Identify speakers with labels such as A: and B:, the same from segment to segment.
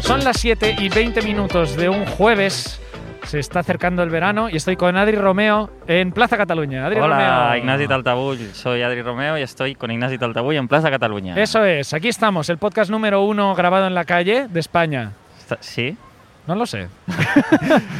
A: Son las 7 y 20 minutos de un jueves. Se está acercando el verano y estoy con Adri Romeo en Plaza Cataluña. Adri
B: Hola,
A: Romeo.
B: Ignasi Taltabull. Soy Adri Romeo y estoy con Ignasi Taltabull en Plaza Cataluña.
A: Eso es, aquí estamos, el podcast número uno grabado en la calle de España.
B: Está- ¿Sí?
A: No lo sé.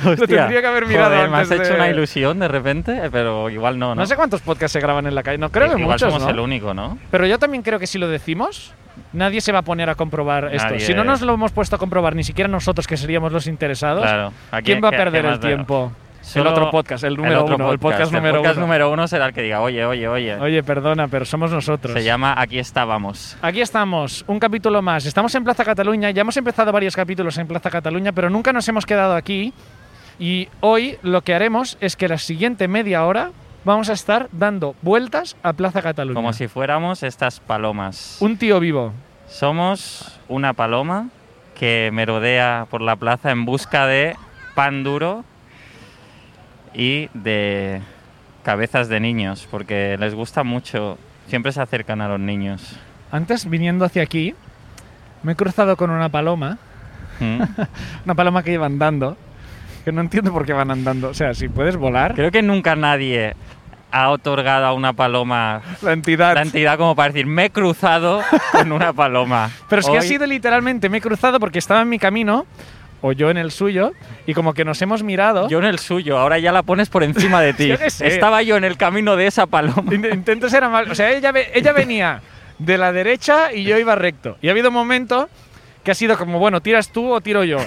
B: Hostia.
A: tendría que haber mirado
B: Joder, me has
A: antes
B: hecho
A: de-
B: una ilusión de repente, eh, pero igual no,
A: No,
B: ¿no?
A: sé cuántos podcasts se graban en la calle. No creo que
B: Igual
A: muchos,
B: somos
A: ¿no?
B: el único, ¿no?
A: Pero yo también creo que si lo decimos, nadie se va a poner a comprobar esto.
B: Nadie.
A: Si no nos lo hemos puesto a comprobar, ni siquiera nosotros que seríamos los interesados,
B: Claro. ¿A
A: ¿quién
B: quién-
A: va a
B: qué- qué
A: perder el
B: más da?
A: tiempo?
B: Solo-
A: el otro podcast, el número
B: otro
A: uno, el podcast número uno.
B: número uno será el que diga, oye, oye, oye.
A: Oye, perdona, pero somos nosotros.
B: Se llama Aquí estábamos.
A: Aquí estamos, un capítulo más. Estamos en Plaza Cataluña, ya hemos empezado varios capítulos en Plaza Cataluña, pero nunca nos hemos quedado aquí. Y hoy lo que haremos es que la siguiente media hora vamos a estar dando vueltas a Plaza Cataluña.
B: Como si fuéramos estas palomas.
A: Un tío vivo.
B: Somos una paloma que merodea por la plaza en busca de pan duro y de cabezas de niños, porque les gusta mucho. Siempre se acercan a los niños.
A: Antes, viniendo hacia aquí, me he cruzado con una paloma,
B: ¿Mm?
A: una paloma que iba andando, que no entiendo por qué van andando. O sea, si puedes volar,
B: Creo que nunca nadie ha otorgado a una paloma
A: la entidad...
B: la entidad como para decir, me he cruzado con una paloma.
A: Pero es que ha
B: Hoy-
A: sido literalmente, me he cruzado porque estaba en mi camino, o yo en el suyo, y como que nos hemos mirado...
B: Yo en el suyo, ahora ya la pones por encima de ti.
A: Yo qué sé.
B: Estaba yo en el camino de esa paloma.
A: Int- Intento ser amable. O sea, ella, ve- ella venía de la derecha y yo iba recto. Y ha habido un momento que ha sido como, bueno, tiras tú o tiro yo.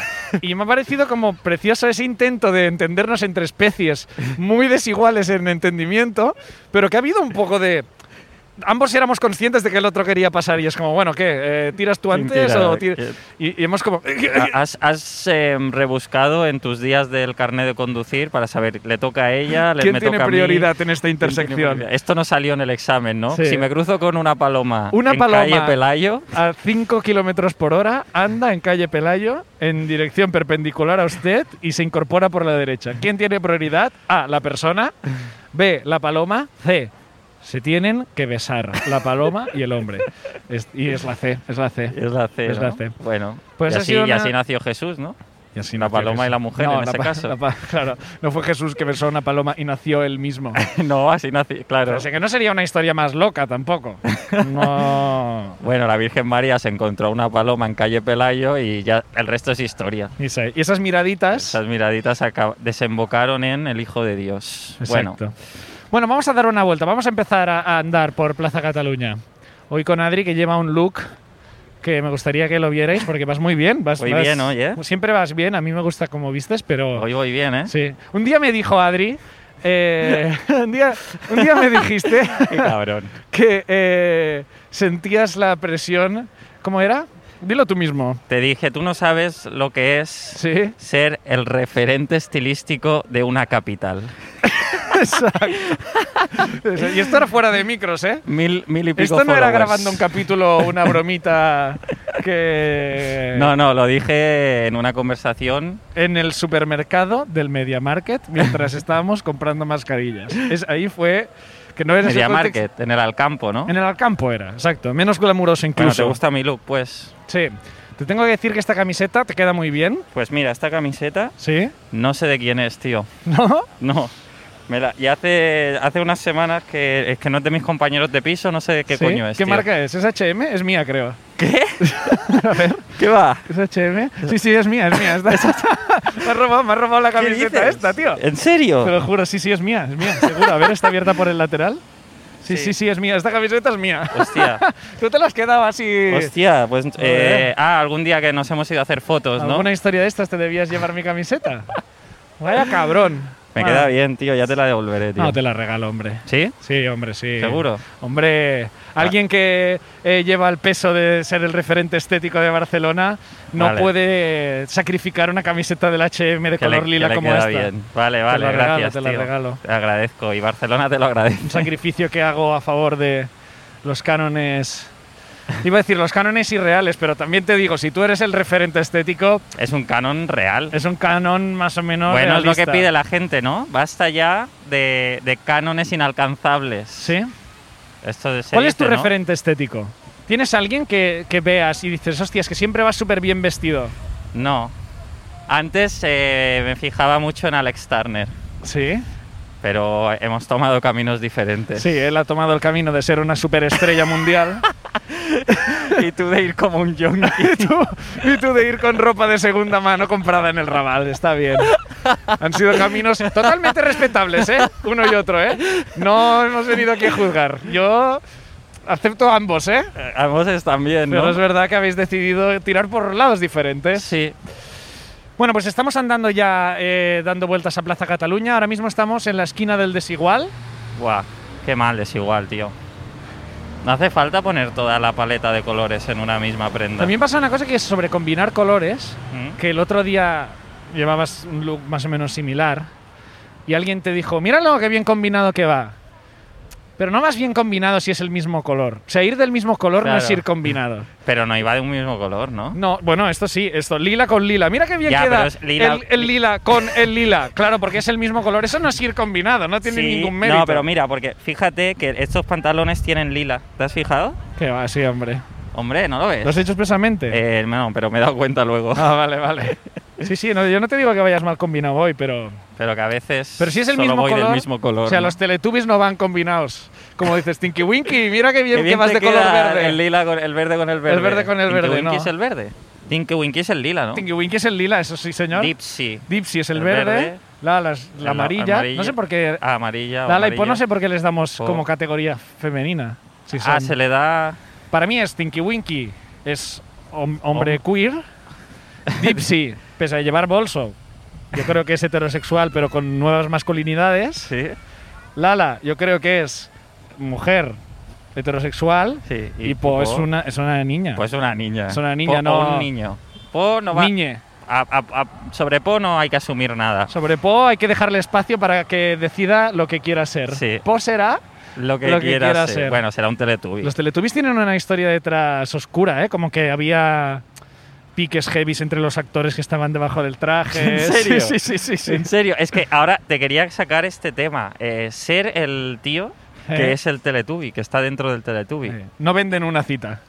A: Y me ha parecido como precioso ese intento de entendernos entre especies muy desiguales en entendimiento, pero que ha habido un poco de... Ambos éramos conscientes de que el otro quería pasar y es como, bueno, ¿qué? Eh, ¿Tiras tú
B: ¿Quién
A: antes
B: tira?
A: o tiras...? Y, y hemos como...
B: Ah, ¿Has, has, eh, rebuscado en tus días del carnet de conducir para saber, le toca a ella, le
A: ¿Quién
B: me
A: tiene
B: toca a mí?
A: prioridad en esta
B: ¿Quién tiene
A: intersección?
B: prioridad? Esto no salió en el examen, ¿no?
A: Sí.
B: Si me cruzo con una paloma
A: Una
B: en
A: paloma.
B: calle Pelayo,
A: a 5 kilómetros por hora, anda en calle Pelayo en dirección perpendicular a usted y se incorpora por la derecha. ¿Quién tiene prioridad? A. La persona. B. La paloma. C. Se tienen que besar la paloma y el hombre. Es- y es la C, es la C.
B: es la C,
A: Es
B: ¿no?
A: la C.
B: Bueno,
A: Pues
B: y,
A: ha
B: así,
A: sido
B: y así
A: una-
B: nació Jesús, ¿no?
A: Y así
B: La
A: nació
B: paloma
A: Jesús.
B: y la mujer, en
A: la
B: ese
A: pa-
B: caso.
A: la pa- claro, no fue Jesús que besó una paloma y nació él mismo.
B: no, así nació, claro.
A: Pero sé que no sería una historia más loca tampoco. No.
B: Bueno, la Virgen María se encontró una paloma en calle Pelayo y ya el resto es historia.
A: Y esa- y esas miraditas.
B: Esas miraditas acab- desembocaron en el Hijo de Dios.
A: Exacto.
B: Bueno,
A: Bueno. vamos a dar una vuelta. Vamos a empezar a, a andar por Plaza Cataluña. Hoy con Adri, que lleva un look que me gustaría que lo vierais porque vas muy bien. Vas,
B: Voy
A: vas-
B: bien hoy, ¿eh?
A: Siempre vas bien. A mí me gusta cómo vistes, pero.
B: hoy voy bien, ¿eh?
A: Sí. Un día me dijo Adri. eh, un, día, un día me dijiste
B: Qué cabrón.
A: que eh, sentías la presión. ¿Cómo era? Dilo tú mismo.
B: Te dije, tú no sabes lo que es
A: Sí.
B: ser el referente estilístico de una capital.
A: Exacto. y esto era fuera de micros, ¿eh?
B: Mil, mil y pico
A: Esto no era
B: followers.
A: grabando un capítulo, una bromita que.
B: No, no, lo dije en una conversación.
A: En el supermercado del Media Market mientras estábamos comprando mascarillas. Es, ahí fue. Que no era ese
B: Media
A: context-
B: Market, en el Alcampo, ¿no?
A: En el Alcampo era, exacto. Menos glamuroso
B: Bueno,
A: incluso.
B: ¿te gusta mi look? Pues,
A: Sí. Te tengo que decir que esta camiseta te queda muy bien.
B: pues mira, esta camiseta
A: Sí.
B: no sé de quién es, tío.
A: ¿No?
B: No. Me la- y hace, hace unas semanas que es que no es de mis compañeros de piso, no sé de qué
A: ¿Sí?
B: coño es.
A: ¿Qué
B: tío.
A: marca es? ¿Es HM? Es mía, creo.
B: ¿Qué? ¿Qué va?
A: ¿Es HM? Sí, sí, es mía, es mía. Esta- me, has robado, me has robado la
B: ¿Qué
A: camiseta
B: dices?
A: esta, tío.
B: ¿En serio?
A: Te lo juro, sí, sí, es mía, es mía, seguro. A ver, está abierta por el lateral. Sí, sí,
B: Sí.
A: sí, es mía. Esta camiseta es mía.
B: Hostia.
A: Tú te la has quedado así.
B: Hostia, pues. eh,
A: Joder.
B: ah, algún día que nos hemos ido a hacer fotos, ¿no?
A: ¿Alguna historia de estas te debías llevar mi camiseta? Vaya cabrón.
B: Me
A: Ah.
B: queda bien, tío, ya te la devolveré, tío.
A: No, te la regalo, hombre.
B: ¿Sí?
A: Sí, hombre, sí.
B: ¿Seguro? Ah.
A: Hombre, alguien que eh, lleva el peso de ser el referente estético de Barcelona no
B: Vale.
A: puede sacrificar una camiseta del HM de
B: Que le-
A: color
B: que
A: lila
B: le
A: como
B: queda
A: esta.
B: bien. Vale, vale,
A: la regalo,
B: gracias,
A: te la
B: tío.
A: regalo.
B: Te agradezco y Barcelona te lo
A: Un
B: agradece.
A: sacrificio que hago a favor de los cánones. Iba a decir los cánones irreales, pero también te digo, si tú eres el referente estético,
B: Es un canon real.
A: es un canon más o menos.
B: bueno, es lo que
A: realista.
B: pide la gente, ¿no? Basta ya de, de cánones inalcanzables.
A: ¿Sí?
B: Esto de- se
A: ¿Cuál es tu
B: dice, ¿no?
A: referente estético? ¿Tienes alguien que, que veas y dices, hostias, que siempre vas súper bien vestido?
B: No. Antes eh, me fijaba mucho en Alex Turner,
A: Sí.
B: pero hemos tomado caminos diferentes.
A: Sí, él ha tomado el camino de ser una superestrella mundial
B: y tú de ir como un junkie.
A: y, tú, y tú de ir con ropa de segunda mano comprada en el Raval, está bien. Han sido caminos totalmente respetables, ¿eh? Uno y otro, ¿eh? No hemos venido aquí a juzgar. Yo acepto ambos, ¿eh?
B: Ambos están bien,
A: Pero
B: ¿no?
A: es verdad que habéis decidido tirar por lados diferentes.
B: Sí.
A: Bueno, pues estamos andando ya eh, dando vueltas a Plaza Cataluña. Ahora mismo estamos en la esquina del desigual.
B: Buah, qué mal es igual, tío. No hace falta poner toda la paleta de colores en una misma prenda.
A: También pasa una cosa que es sobre combinar colores.
B: ¿Mm?
A: que el otro día llevabas un look más o menos similar y alguien te dijo, míralo, qué bien combinado que va. Pero no más bien combinado si es el mismo color. O sea, ir del mismo color no es
B: Claro.
A: ir combinado.
B: Pero no iba de un mismo color, ¿no?
A: No, bueno, esto sí, esto, lila con lila. Mira qué bien
B: Ya,
A: queda
B: pero es lila-
A: El, el lila con el lila. Claro, porque es el mismo color. Eso no es ir combinado, no tiene
B: Sí,
A: ningún mérito.
B: No, pero mira, porque fíjate que estos pantalones tienen lila. ¿Te has fijado?
A: Que va, sí, hombre.
B: Hombre, ¿no lo ves?
A: ¿Lo has hecho expresamente?
B: Eh, no, pero me he dado cuenta luego.
A: Ah, vale, vale. Sí, sí, no, yo no te digo que vayas mal combinado hoy, pero...
B: Pero que a veces
A: Pero si es el
B: solo
A: mismo
B: voy
A: color.
B: del mismo color.
A: O sea,
B: ¿no?
A: los Teletubbies no van combinados. Como dices, Tinky Winky, mira qué bien,
B: Qué
A: que
B: bien
A: vas
B: te
A: de color
B: queda
A: verde.
B: El lila con el verde con el verde.
A: verde con el verde,
B: Tinky Winky
A: no.
B: es el verde. Tinky Winky es el lila, ¿no?
A: Tinky Winky es el lila, eso sí, señor.
B: Dipsy.
A: Dipsy es el,
B: El
A: verde.
B: verde.
A: La, las- la
B: El
A: amarilla.
B: amarillo.
A: No sé por qué.
B: Ah, amarilla. o
A: la Laipo
B: amarilla.
A: no sé por qué les damos
B: Oh.
A: como categoría femenina. Si
B: Ah,
A: son-
B: se le da.
A: Para mí es Tinky Winky, es hom- hombre queer. Dipsy, pese a llevar bolso, yo creo que es heterosexual, pero con nuevas masculinidades.
B: Sí.
A: Lala, yo creo que es mujer heterosexual
B: Sí.
A: y, Po es una, es una niña.
B: Pues una niña.
A: Es una niña,
B: Po-
A: no-
B: O un niño. Po no va.
A: Niñe.
B: a- a- a- sobre Po no hay que asumir nada.
A: Sobre Po hay que dejarle espacio para que decida lo que quiera ser.
B: Sí.
A: Po será.
B: Lo que,
A: Lo que
B: quiera
A: quiera
B: ser.
A: ser.
B: Bueno, será un Teletubby.
A: Los Teletubbies tienen una historia detrás oscura, ¿eh? Como que había piques heavies entre los actores que estaban debajo del traje.
B: ¿En serio?
A: Sí, sí, sí, sí, sí.
B: En serio, es que ahora te quería sacar este tema. eh, ser el tío que
A: Eh.
B: es el Teletubby, que está dentro del Teletubby.
A: Eh, No venden una cita.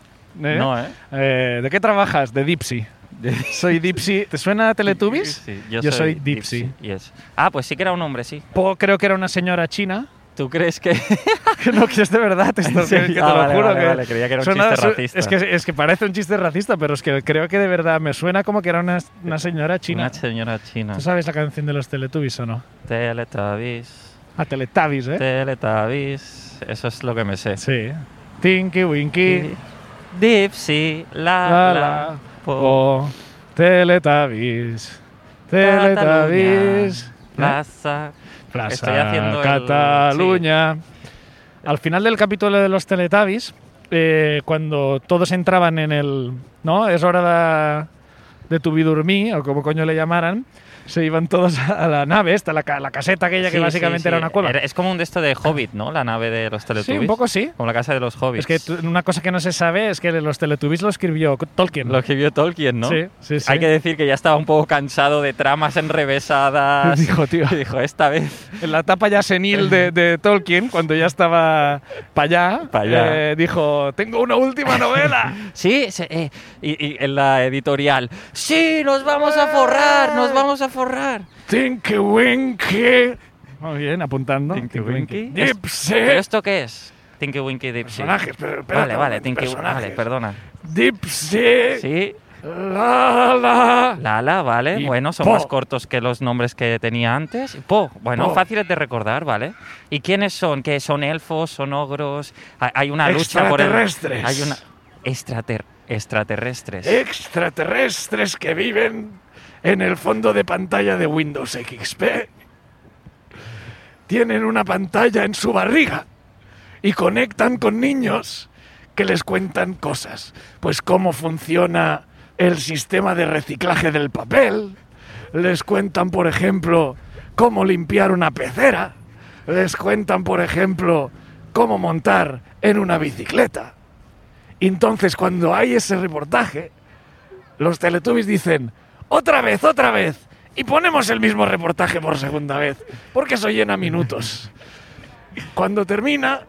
A: ¿eh?
B: No, ¿eh?
A: Eh, ¿De qué trabajas? De Dipsy. Soy Dipsy. ¿Te suena a Teletubbies?
B: Sí, yo,
A: Yo
B: soy
A: soy Dipsy.
B: yes. Ah, pues sí que era un hombre, sí.
A: Po creo que era una señora china.
B: ¿Tú crees que.?
A: Que no, que es de verdad esto,
B: serio?
A: que, que te
B: Ah,
A: lo
B: vale,
A: juro.
B: vale,
A: que
B: vale, creía que era un
A: suena-
B: chiste
A: su-
B: racista.
A: Es que, es que parece un chiste racista, pero es que creo que de verdad me suena como que era una, una señora china.
B: Una señora china.
A: ¿Tú sabes la canción de los Teletubbies o no?
B: Teletubbies.
A: A Teletubbies, ¿eh?
B: Teletubbies. Eso es lo que me sé.
A: sí. Tinky Winky,
B: Dipsy, la,
A: la,
B: Ah, la,
A: la,
B: po,
A: po, Teletubbies, ¿Eh?
B: Cataluña,
A: Teletubbies,
B: plaza.
A: Plaza
B: Estoy haciendo el-
A: Cataluña. Al final del capítulo de los Teletubbies, eh, cuando todos entraban en el. ¿No? Es hora da- de, tu vidurmí, o como coño le llamaran, se iban todos a la nave, esta, la, ca- la caseta aquella que
B: Sí,
A: básicamente
B: sí, sí.
A: era una cueva.
B: es como un de esto de Hobbit, ¿no? La nave de los Teletubbies.
A: sí, un poco sí.
B: Como la casa de los
A: Es
B: Hobbits.
A: que tú- una cosa que no se sabe es que los Teletubbies lo escribió Tolkien.
B: Lo que vio Tolkien, ¿no?
A: Sí, sí, sí.
B: Hay que decir que ya estaba un poco cansado de tramas enrevesadas.
A: Dijo, tío.
B: Y dijo, esta vez.
A: En la etapa ya senil de, de Tolkien, cuando ya estaba para allá,
B: Pa' allá.
A: eh, dijo, tengo una última novela.
B: Sí, se- eh, y, y en la editorial. Sí, nos vamos a forrar, nos vamos a forrar.
A: Tinky Winky. Muy bien, apuntando.
B: Tinky Winky.
A: Dipsy.
B: ¿Pero esto qué es? Tinky Winky Dipsy.
A: Personajes, pero espera,
B: Vale, vale,
A: perdón,
B: Tinky Winky. Vale,
A: personajes.
B: perdona.
A: Dipsy.
B: Sí,
A: La, la.
B: Lala, vale.
A: Y
B: Bueno, son
A: Po.
B: más cortos que los nombres que tenía antes. Y Po, bueno,
A: Po.
B: fáciles de recordar, ¿vale? ¿Y quiénes son? ¿Qué son elfos? ¿Son ogros? Ha- Hay una lucha por el.
A: Extraterrestres. Eh.
B: Hay una. Extrater... Extraterrestres.
A: Extraterrestres que viven
C: en el fondo de pantalla de Windows XP. Tienen una pantalla en su barriga y conectan con niños que les cuentan cosas. Pues cómo funciona el sistema de reciclaje del papel. Les cuentan, por ejemplo, cómo limpiar una pecera. Les cuentan, por ejemplo, cómo montar en una bicicleta. Entonces, cuando hay ese reportaje, los Teletubbies dicen, otra vez, otra vez. Y ponemos el mismo reportaje por segunda vez, porque eso llena minutos. Cuando termina,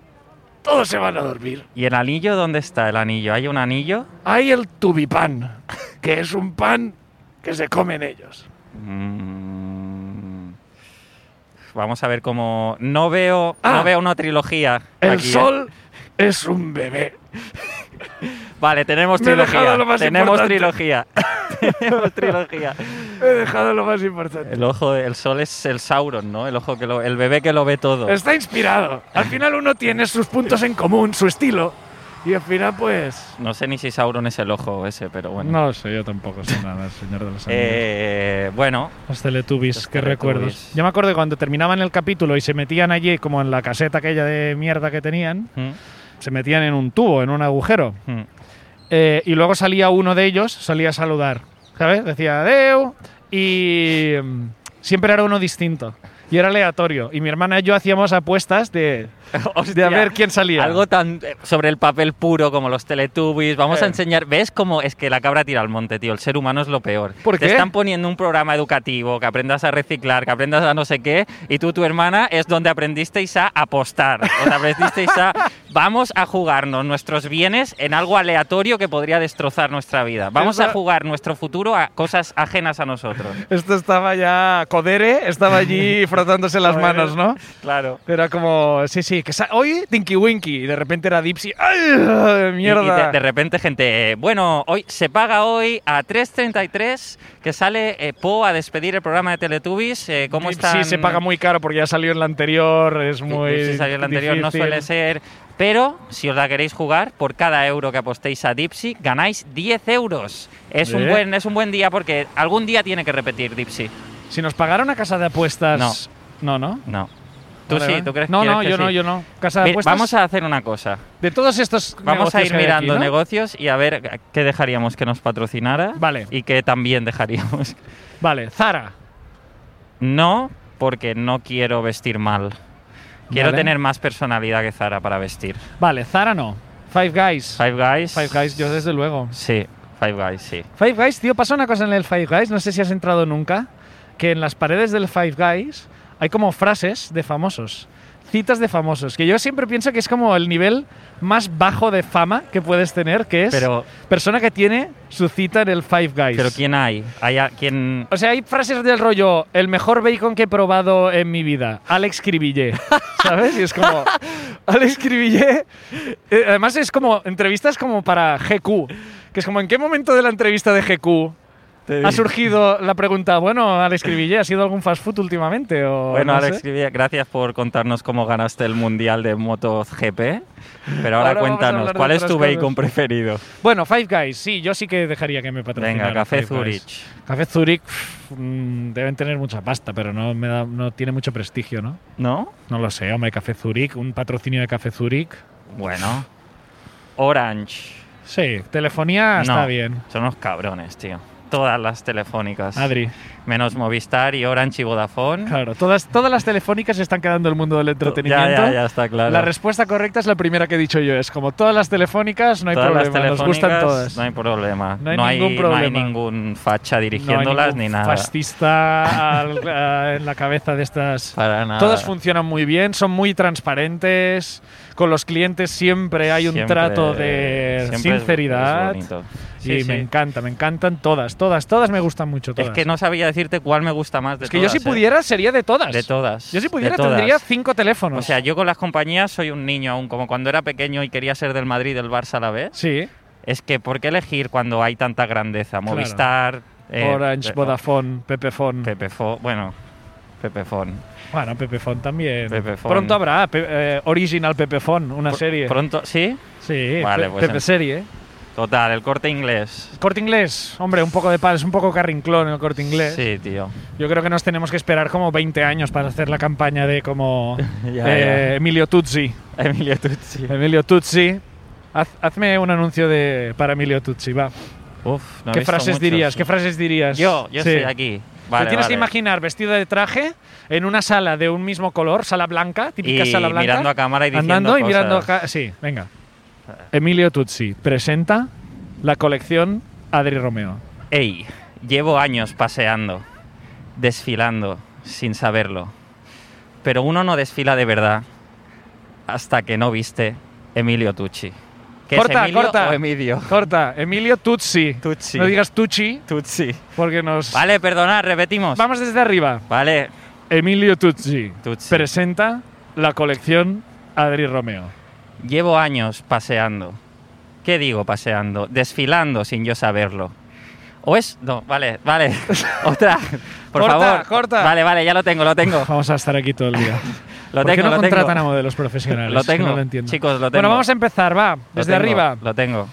C: todos se van a dormir.
B: ¿Y el anillo dónde está el anillo? ¿Hay un anillo?
C: Hay el tubipan, que es un pan que se comen ellos.
B: Mm. Vamos a ver cómo. No veo.
C: Ah.
B: no veo una trilogía.
C: El
B: aquí, ¿eh?
C: sol es un bebé.
B: Vale, tenemos
C: Me he
B: trilogía.
C: dejado lo más
B: Tenemos
C: importante.
B: trilogía. tenemos trilogía.
C: He dejado lo más importante.
B: El ojo, el sol es el Sauron, ¿no? El ojo que lo, el bebé que lo ve todo.
C: Está inspirado. Al final uno tiene sus puntos en común, su estilo. Y al final, pues...
B: No sé ni si Sauron es el ojo ese, pero bueno.
A: No lo sé, yo tampoco sé nada, del señor de los anillos.
B: Eh, bueno,
A: los Teletubbies,
B: los
A: qué
B: Teletubbies.
A: recuerdos. Yo me acuerdo que cuando terminaban el capítulo y se metían allí, como en la caseta aquella de mierda que tenían,
B: mm,
A: se metían en un tubo, en un agujero.
B: mm.
A: Eh, y luego salía uno de ellos, salía a saludar, ¿sabes? Decía adeu y mm, siempre era uno distinto y era aleatorio. Y mi hermana y yo hacíamos apuestas de, de
B: Hostia,
A: a ver quién salía.
B: Algo tan eh, sobre el papel puro como los Teletubbies. Vamos a
A: Eh.
B: enseñar. ¿Ves cómo es que la cabra tira al monte, tío? El ser humano es lo peor.
A: ¿Por
B: Te
A: qué?
B: están poniendo un programa educativo, que aprendas a reciclar, que aprendas a no sé qué, y tú, tu hermana, es donde aprendisteis a apostar. Os aprendisteis a. Vamos a jugarnos nuestros bienes en algo aleatorio que podría destrozar nuestra vida. Vamos a
A: Esa-
B: jugar nuestro futuro a cosas ajenas a nosotros.
A: Esto estaba ya. Codere estaba allí frotándose las
B: Codere.
A: manos, ¿no?
B: Claro.
A: Era como, sí, sí, que sa- hoy Tinky Winky y de repente era Dipsy. ¡Ay,
B: Y- y
A: mierda!
B: de, de repente, gente, eh, bueno, hoy se paga hoy a 3.33 que sale eh, Po a despedir el programa de Teletubbies. eh, ¿Cómo
A: Dipsy
B: están?
A: se paga muy caro porque ya salió en la anterior, es muy
B: Dipsy salió el anterior, no
A: difícil.
B: suele ser. Pero si os la queréis jugar, por cada euro que apostéis a Dipsy, ganáis 10 euros. Es, un
A: ¿Eh?
B: buen, es un buen día porque algún día tiene que repetir Dipsy.
A: Si nos pagara una casa de apuestas. No. No, ¿no?
B: No. ¿Tú
A: Vale,
B: sí?
A: vale.
B: ¿Tú crees
A: No,
B: quieres
A: no,
B: que
A: yo
B: sí?
A: no, yo no. Casa de
B: Mira,
A: apuestas.
B: vamos a hacer una cosa.
A: De todos estos.
B: Vamos a
A: negocios
B: ir
A: que hay
B: mirando
A: aquí, ¿no?
B: negocios y a ver qué dejaríamos que nos patrocinara
A: Vale.
B: y qué también dejaríamos.
A: Vale, Zara.
B: No, porque no quiero vestir mal. Quiero
A: Vale.
B: tener más personalidad que Zara para vestir.
A: Vale, Zara no. Five Guys.
B: Five Guys.
A: Five Guys, yo desde luego.
B: Sí, Five Guys, sí.
A: Five Guys, tío, pasa una cosa en el Five Guys, no sé si has entrado nunca, que en las paredes del Five Guys hay como frases de famosos, citas de famosos, que yo siempre pienso que es como el nivel más bajo de fama que puedes tener, que es
B: Pero-
A: persona que tiene su cita en el Five Guys.
B: Pero ¿quién hay? ¿Hay a- quién?
A: O sea, hay frases del rollo, el mejor bacon que he probado en mi vida, Alex Cribillé, ¿sabes? Y es como, Alex Cribillé, eh, además es como entrevistas como para GQ, que es como, ¿en qué momento de la entrevista de GQ ha surgido la pregunta, bueno, Alex Cribillé, ¿ha sido algún fast food últimamente? O
B: Bueno,
A: no
B: Alex,
A: sé?
B: Rivia, gracias por contarnos cómo ganaste el mundial de MotoGP. Pero ahora,
A: Ahora vamos a
B: cuéntanos,
A: hablar de
B: ¿cuál es
A: otras
B: tu
A: cosas.
B: bacon preferido?
A: Bueno, Five Guys, sí, yo sí que dejaría que me patrocinaran.
B: Venga, Café
A: Five Guys.
B: Zurich.
A: Café Zurich, pff, mm, deben tener mucha pasta, pero no, me da- no tiene mucho prestigio, ¿no?
B: ¿No?
A: No lo sé, hombre, Café Zurich, un patrocinio de Café Zurich. Ah,
B: Bueno. Orange.
A: Sí, telefonía está
B: No,
A: bien.
B: Son unos cabrones, tío. Todas las telefónicas.
A: Adri,
B: Menos Movistar y Orange y Vodafone.
A: claro, todas, todas las telefónicas están quedando el mundo del entretenimiento.
B: Ya, ya, ya está claro.
A: La respuesta correcta es la primera que he dicho yo, es como todas las telefónicas, no hay
B: Todas las
A: problema, nos gustan
B: telefónicas,
A: todas.
B: No hay problema.
A: No hay ningún problema.
B: ningún facha
A: No hay
B: dirigiéndolas
A: ningún
B: ni nada.
A: Fascista al- a- en la cabeza de estas.
B: Para nada.
A: Todas funcionan muy bien, son muy transparentes, con los clientes siempre hay un
B: Siempre-
A: trato de
B: siempre es-
A: sinceridad.
B: es bonito.
A: y
B: Sí, sí.
A: me encanta, me encantan todas, todas, todas me gustan mucho.
B: Es
A: Todas.
B: que no sabía decirte cuál me gusta más de
A: Es que
B: todas,
A: yo si
B: ¿eh?
A: pudiera sería de todas.
B: De todas.
A: Yo si
B: de
A: pudiera
B: todas.
A: tendría cinco teléfonos.
B: O sea, yo con las compañías soy un niño aún, como cuando era pequeño y quería ser del Madrid y del Barça a la vez.
A: sí.
B: Es que, ¿por qué elegir cuando hay tanta grandeza?
A: Claro.
B: Movistar, eh,
A: Orange,
B: Pe-
A: Vodafone, Pepefon.
B: Pepefo, bueno, Pepefon.
A: bueno, Pepefon también.
B: Pepefon.
A: Pronto habrá pe- eh, Original Pepefon, una serie.
B: Pronto, ¿sí?
A: sí,
B: Vale,
A: pe-
B: pues
A: Pepe
B: en-
A: serie.
B: Total, el corte inglés.
A: Corte inglés, hombre, un poco de pal, es un poco carrinclón el corte inglés.
B: Sí, tío.
A: Yo creo que nos tenemos que esperar como 20 años para hacer la campaña de como
B: Ya,
A: eh, Emilio Tutsi.
B: ya. Emilio Tucci.
A: Emilio Tutsi, haz- hazme un anuncio de para Emilio Tutsi, va.
B: Uf, no he
A: ¿Qué
B: visto
A: frases
B: muchos.
A: dirías? ¿Qué frases dirías?
B: Yo, yo
A: Sí.
B: estoy aquí. Vale,
A: Te tienes
B: vale.
A: que imaginar vestido de traje en una sala de un mismo color, sala blanca, típica
B: Y
A: sala blanca.
B: mirando a cámara y diciendo
A: Andando y mirando
B: cosas.
A: acá. Sí, venga. Emilio Tutsi presenta la colección Adri Romeo.
B: Ey, llevo años paseando, desfilando, sin saberlo. Pero uno no desfila de verdad hasta que no viste Emilio Tucci. ¿Qué
A: Corta,
B: es Emilio
A: corta.
B: o Emilio?
A: Corta, Emilio Tutsi.
B: Tutsi.
A: No digas Tucci
B: Tucci.
A: porque nos.
B: Vale, perdonad, repetimos.
A: Vamos desde arriba.
B: Vale,
A: Emilio Tutsi,
B: Tutsi.
A: presenta la colección Adri Romeo.
B: llevo años paseando. ¿Qué digo paseando? Desfilando sin yo saberlo. ¿O es...? No, vale, vale. Otra. Por
A: Corta,
B: favor.
A: corta.
B: Vale, vale, ya lo tengo, lo tengo.
A: Vamos a estar aquí todo el día.
B: Lo
A: ¿Por qué
B: tengo,
A: no
B: lo tengo.
A: contratan a modelos profesionales?
B: Lo
A: Es que
B: tengo,
A: no lo entiendo.
B: chicos,
A: Bueno,
B: lo tengo.
A: vamos a empezar, va,
B: Lo
A: desde
B: tengo,
A: arriba.
B: Lo tengo.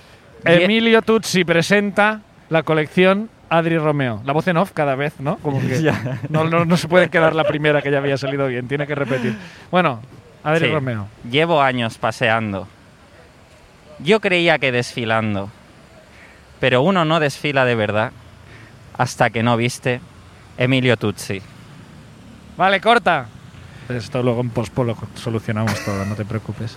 A: Emilio Tutsi presenta la colección Adri Romeo. La voz en off cada vez, ¿no? Como que
B: Ya.
A: no, no- no se puede quedar la primera que ya había salido bien, tiene que repetir. Bueno, Adri
B: Sí.
A: Romeo.
B: Llevo años paseando. Yo creía que desfilando. Pero uno no desfila de verdad hasta que no viste Emilio Tutsi.
A: Vale, corta. Esto luego en pospo lo solucionamos todo, no te preocupes.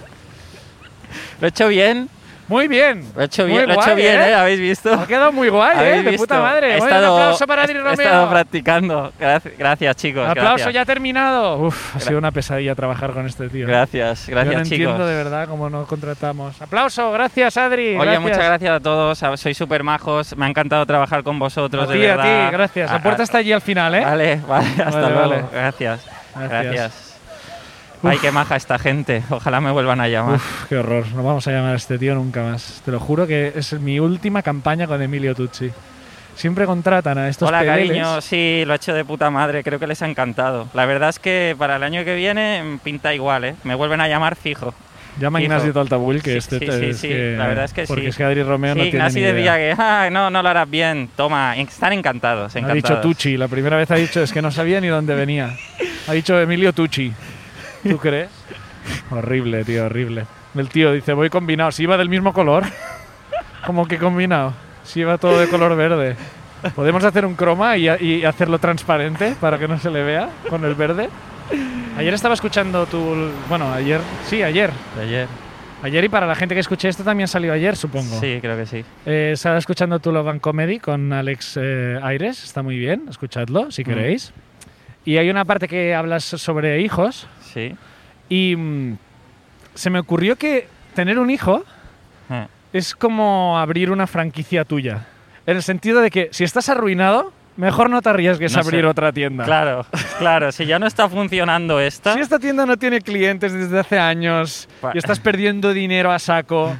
B: Lo he hecho bien,
A: Muy bien.
B: lo he hecho
A: Muy
B: bien, lo he hecho
A: guay,
B: bien,
A: ¿eh?
B: ¿eh? ¿Habéis visto?
A: Ha quedado muy guay,
B: ¿Habéis
A: ¿eh? De puta
B: visto?
A: madre.
B: He
A: Bueno,
B: estado-
A: un aplauso para Adri
B: he-
A: Romeo.
B: He estado practicando. Gracias, gracias chicos.
A: aplauso
B: gracias.
A: ya terminado. Uf, ha sido una pesadilla trabajar con este tío.
B: Gracias, gracias
A: Yo no
B: chicos.
A: entiendo de verdad cómo nos contratamos. Aplauso, gracias Adri.
B: Oye, muchas gracias a todos, a- sois súper majos, me ha encantado trabajar con vosotros,
A: A
B: de
A: ti, a
B: verdad.
A: ti, gracias.
B: A-
A: La
B: a-
A: puerta está allí al final, ¿eh?
B: Vale, vale, hasta
A: Vale,
B: luego.
A: vale.
B: Gracias.
A: Gracias.
B: Gracias. Ay, qué maja esta gente. Ojalá me vuelvan a llamar.
A: Uf, qué horror. No vamos a llamar a este tío nunca más. Te lo juro que es mi última campaña con Emilio Tucci. Siempre contratan a estos
B: Hola,
A: peleles.
B: cariño. Sí, lo he hecho de puta madre. Creo que les ha encantado. La verdad es que para el año que viene mm, pinta igual, ¿eh? Me vuelven a llamar fijo.
A: Llama a
B: Hijo.
A: Ignacio Taltabull, que
B: Sí,
A: este
B: sí,
A: te-
B: sí,
A: es
B: sí,
A: que-
B: la verdad es que
A: Porque
B: sí.
A: es que Adri Romeo no
B: sí,
A: tiene
B: Ignasi
A: ni idea.
B: decía que, ah, no, no lo harás bien. Toma, en- están encantados,
A: ha
B: encantados.
A: dicho Tucci. La primera vez ha dicho es que no sabía ni dónde venía. Ha dicho Emilio Tucci. ¿Tú crees? horrible, tío, horrible. El tío dice, voy combinado. Si iba del mismo color. Como que combinado. Si iba todo de color verde. ¿Podemos hacer un croma y, a- y hacerlo transparente para que no se le vea con el verde? Ayer estaba escuchando tu... Bueno, ayer... Sí, ayer.
B: Ayer.
A: Ayer y para la gente que escuché esto también salió ayer, supongo.
B: Sí, creo que sí.
A: Eh, estaba escuchando Tu Love and Comedy con Alex eh, Aires, está muy bien, escuchadlo
B: Mm.
A: si queréis. Y hay una parte que hablas sobre hijos
B: Sí.
A: y mm, se me ocurrió que tener un hijo
B: Eh,
A: es como abrir una franquicia tuya. En el sentido de que si estás arruinado, mejor no te arriesgues
B: No
A: a abrir
B: sé.
A: otra tienda.
B: Claro, claro. Si ya no está funcionando esta.
A: Si esta tienda no tiene clientes desde hace años
B: Pa-
A: y estás perdiendo dinero a saco,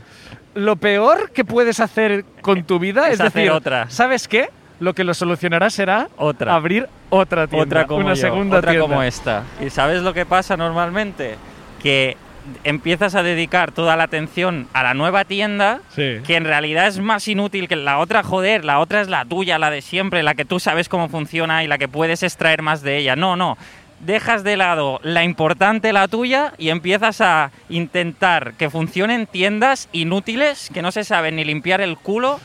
A: lo peor que puedes hacer con tu vida es,
B: Es hacer
A: decir,
B: otra.
A: ¿sabes qué? Lo que lo solucionará será
B: Otra.
A: abrir otra tienda,
B: otra como
A: una
B: yo,
A: segunda
B: otra
A: tienda.
B: como esta. ¿Y sabes lo que pasa normalmente? Que empiezas a dedicar toda la atención a la nueva tienda,
A: Sí.
B: que en realidad es más inútil que la otra, joder, la otra es la tuya, la de siempre, la que tú sabes cómo funciona y la que puedes extraer más de ella. No, no. Dejas de lado la importante, la tuya, y empiezas a intentar que funcionen tiendas inútiles que no se saben ni limpiar el culo,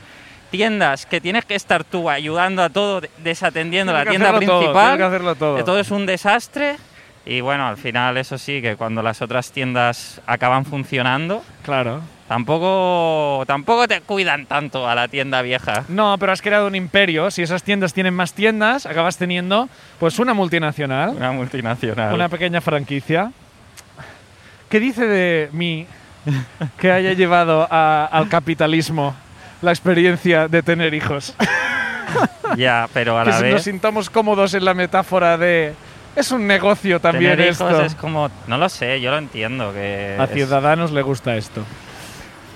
B: tiendas que tienes que estar tú ayudando a todo, desatendiendo
A: Tiene
B: la
A: que
B: tienda
A: hacerlo todo,
B: principal.
A: tiene que hacerlo todo.
B: Eh, es un desastre. Y bueno, al final, eso sí, que cuando las otras tiendas acaban funcionando,
A: Claro.
B: tampoco, tampoco te cuidan tanto a la tienda vieja.
A: No, pero has creado un imperio. Si esas tiendas tienen más tiendas, acabas teniendo pues una multinacional.
B: Una multinacional.
A: Una pequeña franquicia. ¿Qué dice de mí que haya llevado a- al capitalismo la experiencia de tener hijos?
B: Ya, pero a
A: Que
B: la
A: nos
B: vez.
A: sintamos cómodos en la metáfora de es un negocio también
B: Tener hijos
A: esto.
B: es como. No lo sé, yo lo entiendo. que
A: A
B: es-
A: Ciudadanos le gusta esto.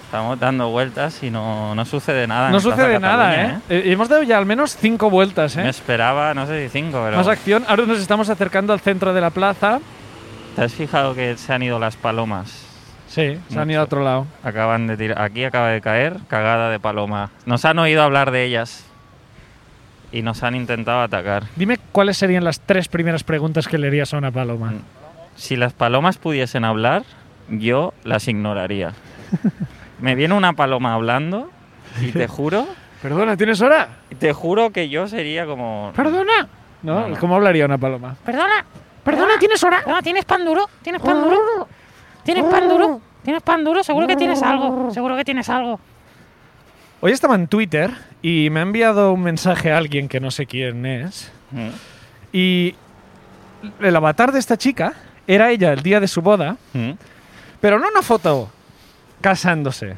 B: Estamos dando vueltas y no, no sucede nada. Ah, en
A: No
B: Plaza
A: sucede nada,
B: Cataluña,
A: ¿eh? Eh, Hemos dado ya al menos cinco vueltas,
B: Me
A: ¿eh?
B: esperaba, no sé si cinco, pero.
A: Más acción. Ahora nos estamos acercando al centro de la plaza.
B: ¿Te has fijado que se han ido las palomas?
A: Sí, se han ido a otro lado.
B: Acaban de tirar. Aquí acaba de caer cagada de paloma. Nos han oído hablar de ellas. Y nos han intentado atacar.
A: Dime cuáles serían las tres primeras preguntas que le harías a una paloma.
B: Mm. Si las palomas pudiesen hablar, yo las ignoraría. Me viene una paloma hablando y te juro,
A: Perdona, ¿tienes hora?
B: te juro que yo sería como...
A: Perdona.
B: No,
A: ¿No?
B: no.
A: ¿Cómo hablaría una paloma?
D: Perdona. Perdona, ¿tienes hora? Ah. No, ¿tienes pan duro? ¿Tienes pan duro? ¿Tienes pan duro? ¿Tienes pan duro? Seguro que tienes algo. Seguro que tienes algo.
A: Hoy estaba en Twitter y me ha enviado un mensaje a alguien que no sé quién es.
B: Mm,
A: Y el avatar de esta chica era ella el día de su boda,
B: mm.
A: pero no una foto casándose.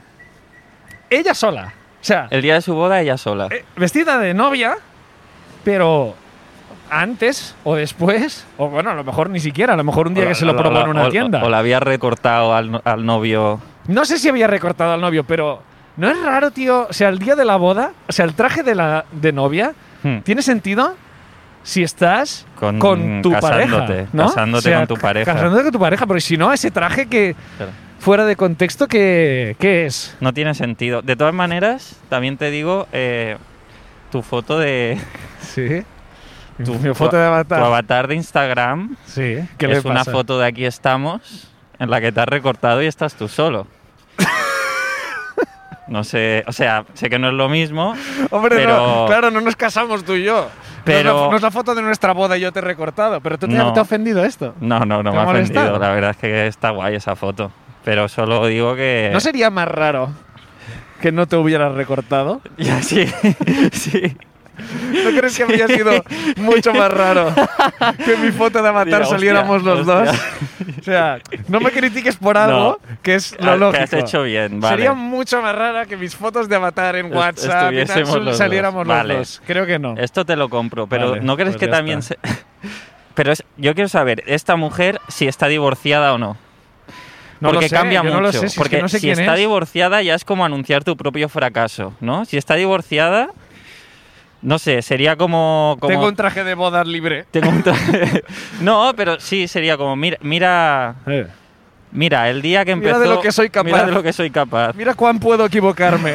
A: Ella sola. O sea,
B: El día de su boda ella sola.
A: eh, vestida de novia, pero antes o después, o bueno, a lo mejor ni siquiera, a lo mejor un día
B: O la-
A: que se lo
B: o la-
A: probó en
B: o-
A: una
B: o-
A: tienda.
B: O, la había recortado al, no- al novio.
A: No sé si había recortado al novio, pero no es raro, tío. O sea, el día de la boda, o sea, el traje de la de novia,
B: Mm.
A: tiene sentido si estás
B: Con-
A: con, tu
B: casándote,
A: pareja, ¿no?
B: casándote con tu
A: ca-
B: pareja.
A: Casándote con tu pareja, porque si no, ese traje que
B: Claro.
A: fuera de contexto, ¿qué, qué es?
B: No tiene sentido. De todas maneras, también te digo, eh, tu foto de...
A: Sí.
B: Tu-
A: Tu, Mi foto de avatar.
B: Tu avatar de Instagram
A: sí. ¿Qué le
B: es una
A: pasa?
B: foto de aquí estamos en la que te has recortado y estás tú solo. No sé, o sea, sé que no es lo mismo,
A: Hombre,
B: pero
A: no, claro, no nos casamos tú y yo.
B: Pero-
A: no, es la, no es la foto de nuestra boda y yo te he recortado, pero tú te,
B: No.
A: te ha ofendido esto.
B: no, no, no
A: ¿Te
B: me ha
A: ha molestado?
B: ofendido. La verdad es que está guay esa foto, pero solo digo que
A: ¿No sería más raro que no te hubieras recortado?
B: Ya, sí, sí.
A: ¿No crees que habría sido mucho más raro que en mi foto de
B: Mira,
A: avatar
B: hostia,
A: saliéramos los dos?
B: hostia.
A: O sea, no me critiques por algo que es lo
B: Ah, que
A: lógico.
B: has hecho bien, vale.
A: Sería mucho más rara que mis fotos de avatar en
B: Est-
A: WhatsApp y tal,
B: estuviésemos los dos.
A: saliéramos
B: Vale.
A: los dos. Creo que no.
B: Esto te lo compro, pero
A: Vale,
B: ¿no crees
A: pues
B: que
A: ya
B: también se... Pero es- yo quiero saber, esta mujer, si está divorciada o no.
A: No lo
B: porque
A: sé,
B: cambia
A: yo
B: mucho.
A: No lo sé, si es que
B: porque
A: no sé
B: si
A: quién
B: está
A: es.
B: divorciada ya es como anunciar tu propio fracaso, ¿no? Si está divorciada, no sé, sería como... como-
A: Tengo un traje de bodas libre.
B: tengo un tra- no, pero sí, sería como, mira, mira, mira, el día que
A: Mira
B: empezó...
A: de lo que soy capaz.
B: Mira de lo que soy capaz.
A: Mira cuán puedo equivocarme.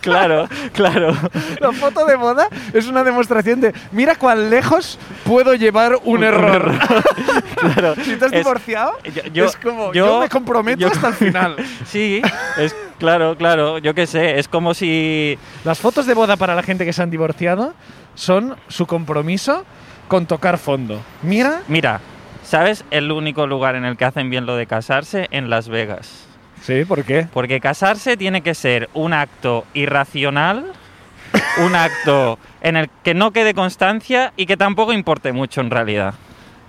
B: claro, claro.
A: La foto de boda es una demostración de mira cuán lejos puedo llevar un, error.
B: claro.
A: Si te has
B: Es-
A: divorciado,
B: yo- yo-
A: es como
B: yo-
A: yo, me comprometo
B: yo-
A: hasta el final.
B: Sí, es claro, claro, yo qué sé, es como si
A: Las fotos de boda para la gente que se han divorciado son su compromiso con tocar fondo. Mira,
B: Mira, ¿sabes el único lugar en el que hacen bien lo de casarse? En Las Vegas.
A: sí, ¿por qué?
B: Porque casarse tiene que ser un acto irracional, un acto en el que no quede constancia y que tampoco importe mucho en realidad.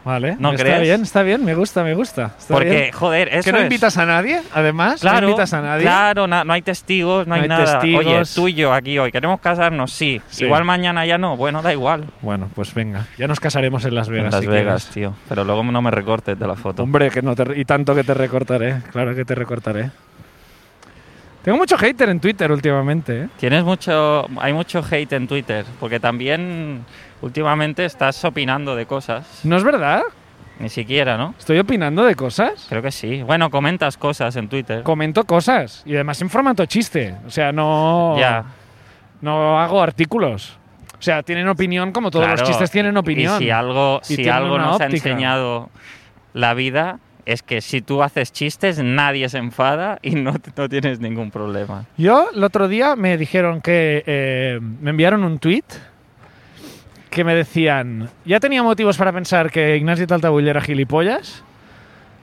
A: Vale,
B: ¿No
A: está
B: crees?
A: bien, está bien, me gusta, me gusta. está
B: Porque,
A: bien.
B: joder, eso
A: que no
B: es.
A: invitas a nadie, además,
B: Claro,
A: no invitas a nadie.
B: claro, na- no hay testigos, no hay,
A: No hay
B: nada. Oye,
A: testigos.
B: tú y yo aquí hoy queremos casarnos, sí.
A: Sí.
B: Igual mañana ya no, bueno, da igual.
A: Bueno, pues venga, ya nos casaremos en Las Vegas.
B: en Las
A: si
B: Vegas,
A: quieres.
B: tío. Pero luego no me recortes de la foto.
A: Hombre, que no te- y tanto que te recortaré, claro que te recortaré. Tengo mucho hater en Twitter últimamente, ¿eh?
B: Tienes mucho, hay mucho hate en Twitter, porque también últimamente estás opinando de cosas.
A: ¿No es verdad?
B: Ni siquiera, ¿no?
A: ¿Estoy opinando de cosas?
B: Creo que sí. Bueno, comentas cosas en Twitter.
A: Comento cosas y además en formato chiste. O sea, no,
B: Ya.
A: no hago artículos. O sea, tienen opinión como todos los
B: claro.
A: chistes tienen opinión.
B: Y si algo,
A: Y
B: si
A: tienen
B: algo
A: una
B: nos ha
A: óptica.
B: enseñado la vida es que si tú haces chistes nadie se enfada y no, no tienes ningún problema.
A: Yo el otro día me dijeron que eh, me enviaron un tweet que me decían, ya tenía motivos para pensar que Ignacio Taltabull era gilipollas,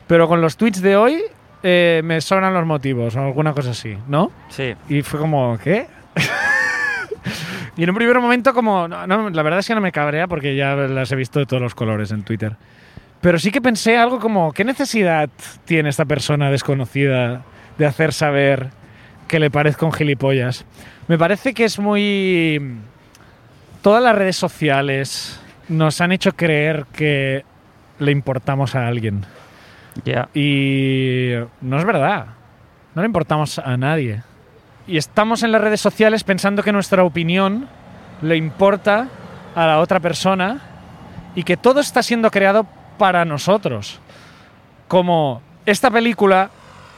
A: pero con los tweets de hoy eh, me sobran los motivos o alguna cosa así, ¿no?
B: Sí.
A: Y fue como, ¿qué? y en un primer momento como, no, no, la verdad es que no me cabrea porque ya las he visto de todos los colores en Twitter. Pero sí que pensé algo como, ¿qué necesidad tiene esta persona desconocida de hacer saber que le parezco un gilipollas? Me parece que es muy... Todas las redes sociales nos han hecho creer que le importamos a alguien.
B: Ya.
A: Y no es verdad. No le importamos a nadie. Y estamos en las redes sociales pensando que nuestra opinión le importa a la otra persona y que todo está siendo creado para nosotros. Como esta película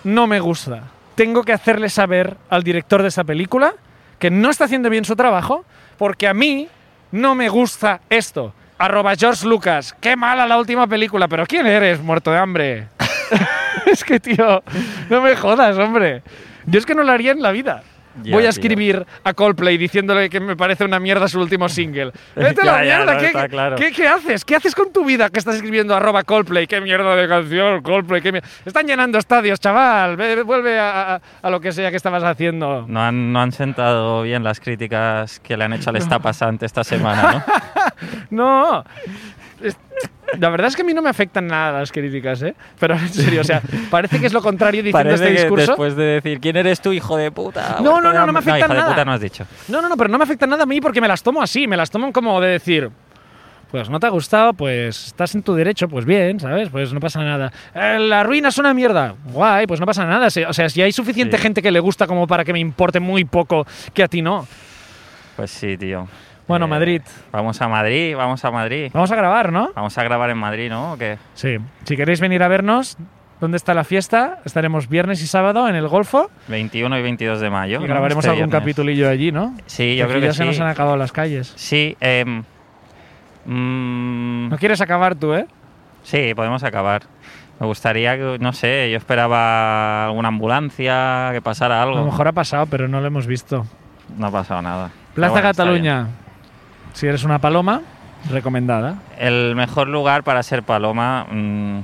A: no me gusta. Tengo que hacerle saber al director de esta película que no está haciendo bien su trabajo porque a mí no me gusta esto. Arroba George Lucas, qué mala la última película, pero ¿quién eres, muerto de hambre? es que, tío, no me jodas, hombre. Yo es que no lo haría en la vida.
B: Ya,
A: Voy a
B: tío.
A: escribir a Coldplay diciéndole que me parece una mierda su último single. Vete a la
B: Ya, ya,
A: mierda,
B: no,
A: ¿qué-
B: está claro.
A: qué- qué haces? ¿Qué haces con tu vida que estás escribiendo arroba Coldplay? ¿Qué mierda de canción, Coldplay? ¿Qué mier- Están llenando estadios, chaval. Ve- ve- vuelve a, a- a lo que sea que estabas haciendo.
B: No han, no han sentado bien las críticas que le han hecho al estapasante esta semana, ¿no?
A: No. Es- La verdad es que a mí no me afectan nada las críticas, ¿eh? Pero en serio, o sea, parece que es lo contrario diciendo
B: Parece
A: este
B: que
A: discurso.
B: después de decir quién eres tú, hijo de puta.
A: No,
B: muerto
A: no,
B: de
A: no, no me
B: hambre".
A: afecta
B: hijo
A: nada.
B: de puta no has dicho.
A: No, no, no, pero no me afecta nada a mí porque me las tomo así, me las tomo como de decir, pues no te ha gustado, pues estás en tu derecho, pues bien, ¿sabes? Pues no pasa nada. Eh, la ruina es una mierda, guay, pues no pasa nada. Si- O sea, si hay suficiente
B: Sí.
A: gente que le gusta como para que me importe muy poco que a ti no.
B: Pues sí, tío. Eh,
A: Bueno, Madrid.
B: Vamos a Madrid, vamos a Madrid.
A: Vamos a grabar, ¿no?
B: Vamos a grabar en Madrid, ¿no? ¿O qué?
A: Sí. Si queréis venir a vernos, ¿dónde está la fiesta? Estaremos viernes y sábado en el Golfo
B: 21 y 22 de mayo.
A: y
B: ¿no?
A: grabaremos
B: Este
A: algún
B: viernes.
A: capitulillo allí, ¿no?
B: Sí, yo
A: Porque
B: creo que
A: ya se
B: sí.
A: nos han acabado las calles.
B: Sí, em, mm,
A: No quieres acabar tú, ¿eh?
B: sí, podemos acabar. Me gustaría que, no sé, yo esperaba alguna ambulancia, que pasara
A: A lo
B: algo.
A: mejor ha pasado, pero no lo hemos visto.
B: No ha pasado nada. Pero
A: Plaza
B: bueno, está
A: Cataluña. Si eres una paloma, recomendada.
B: bien. El mejor lugar para ser paloma. mm,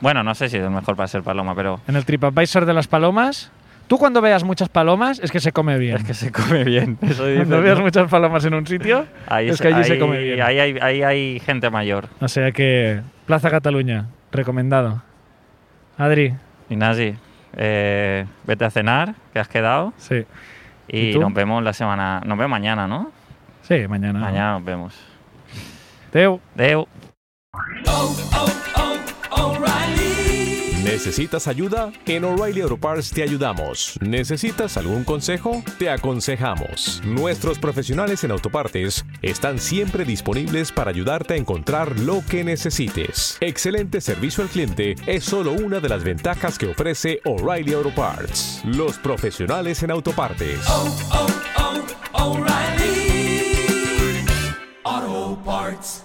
B: bueno, no sé si es el mejor para ser paloma, pero
A: En el TripAdvisor de las palomas. Tú cuando veas muchas palomas es que se come bien.
B: es que se come bien. Eso dice,
A: cuando veas
B: ¿no?
A: muchas palomas en un sitio,
B: Ahí
A: es que allí se come bien.
B: Ahí hay, ahí hay gente mayor.
A: O sea que Plaza Cataluña, recomendado. Adri,
B: Ignasi, eh, vete a cenar, que has quedado.
A: sí.
B: Y,
A: ¿Y tú?
B: nos vemos la semana. Nos vemos mañana, ¿no?
A: Sí, mañana.
B: Mañana nos vemos.
A: Teu.
B: Deu.
E: ¿Necesitas ayuda? En O'Reilly Auto Parts te ayudamos. ¿Necesitas algún consejo? Te aconsejamos. Nuestros profesionales en autopartes están siempre disponibles para ayudarte a encontrar lo que necesites. Excelente servicio al cliente es solo una de las ventajas que ofrece O'Reilly Auto Parts. Los profesionales en autopartes.
F: oh, oh, O'Reilly. Auto Parts.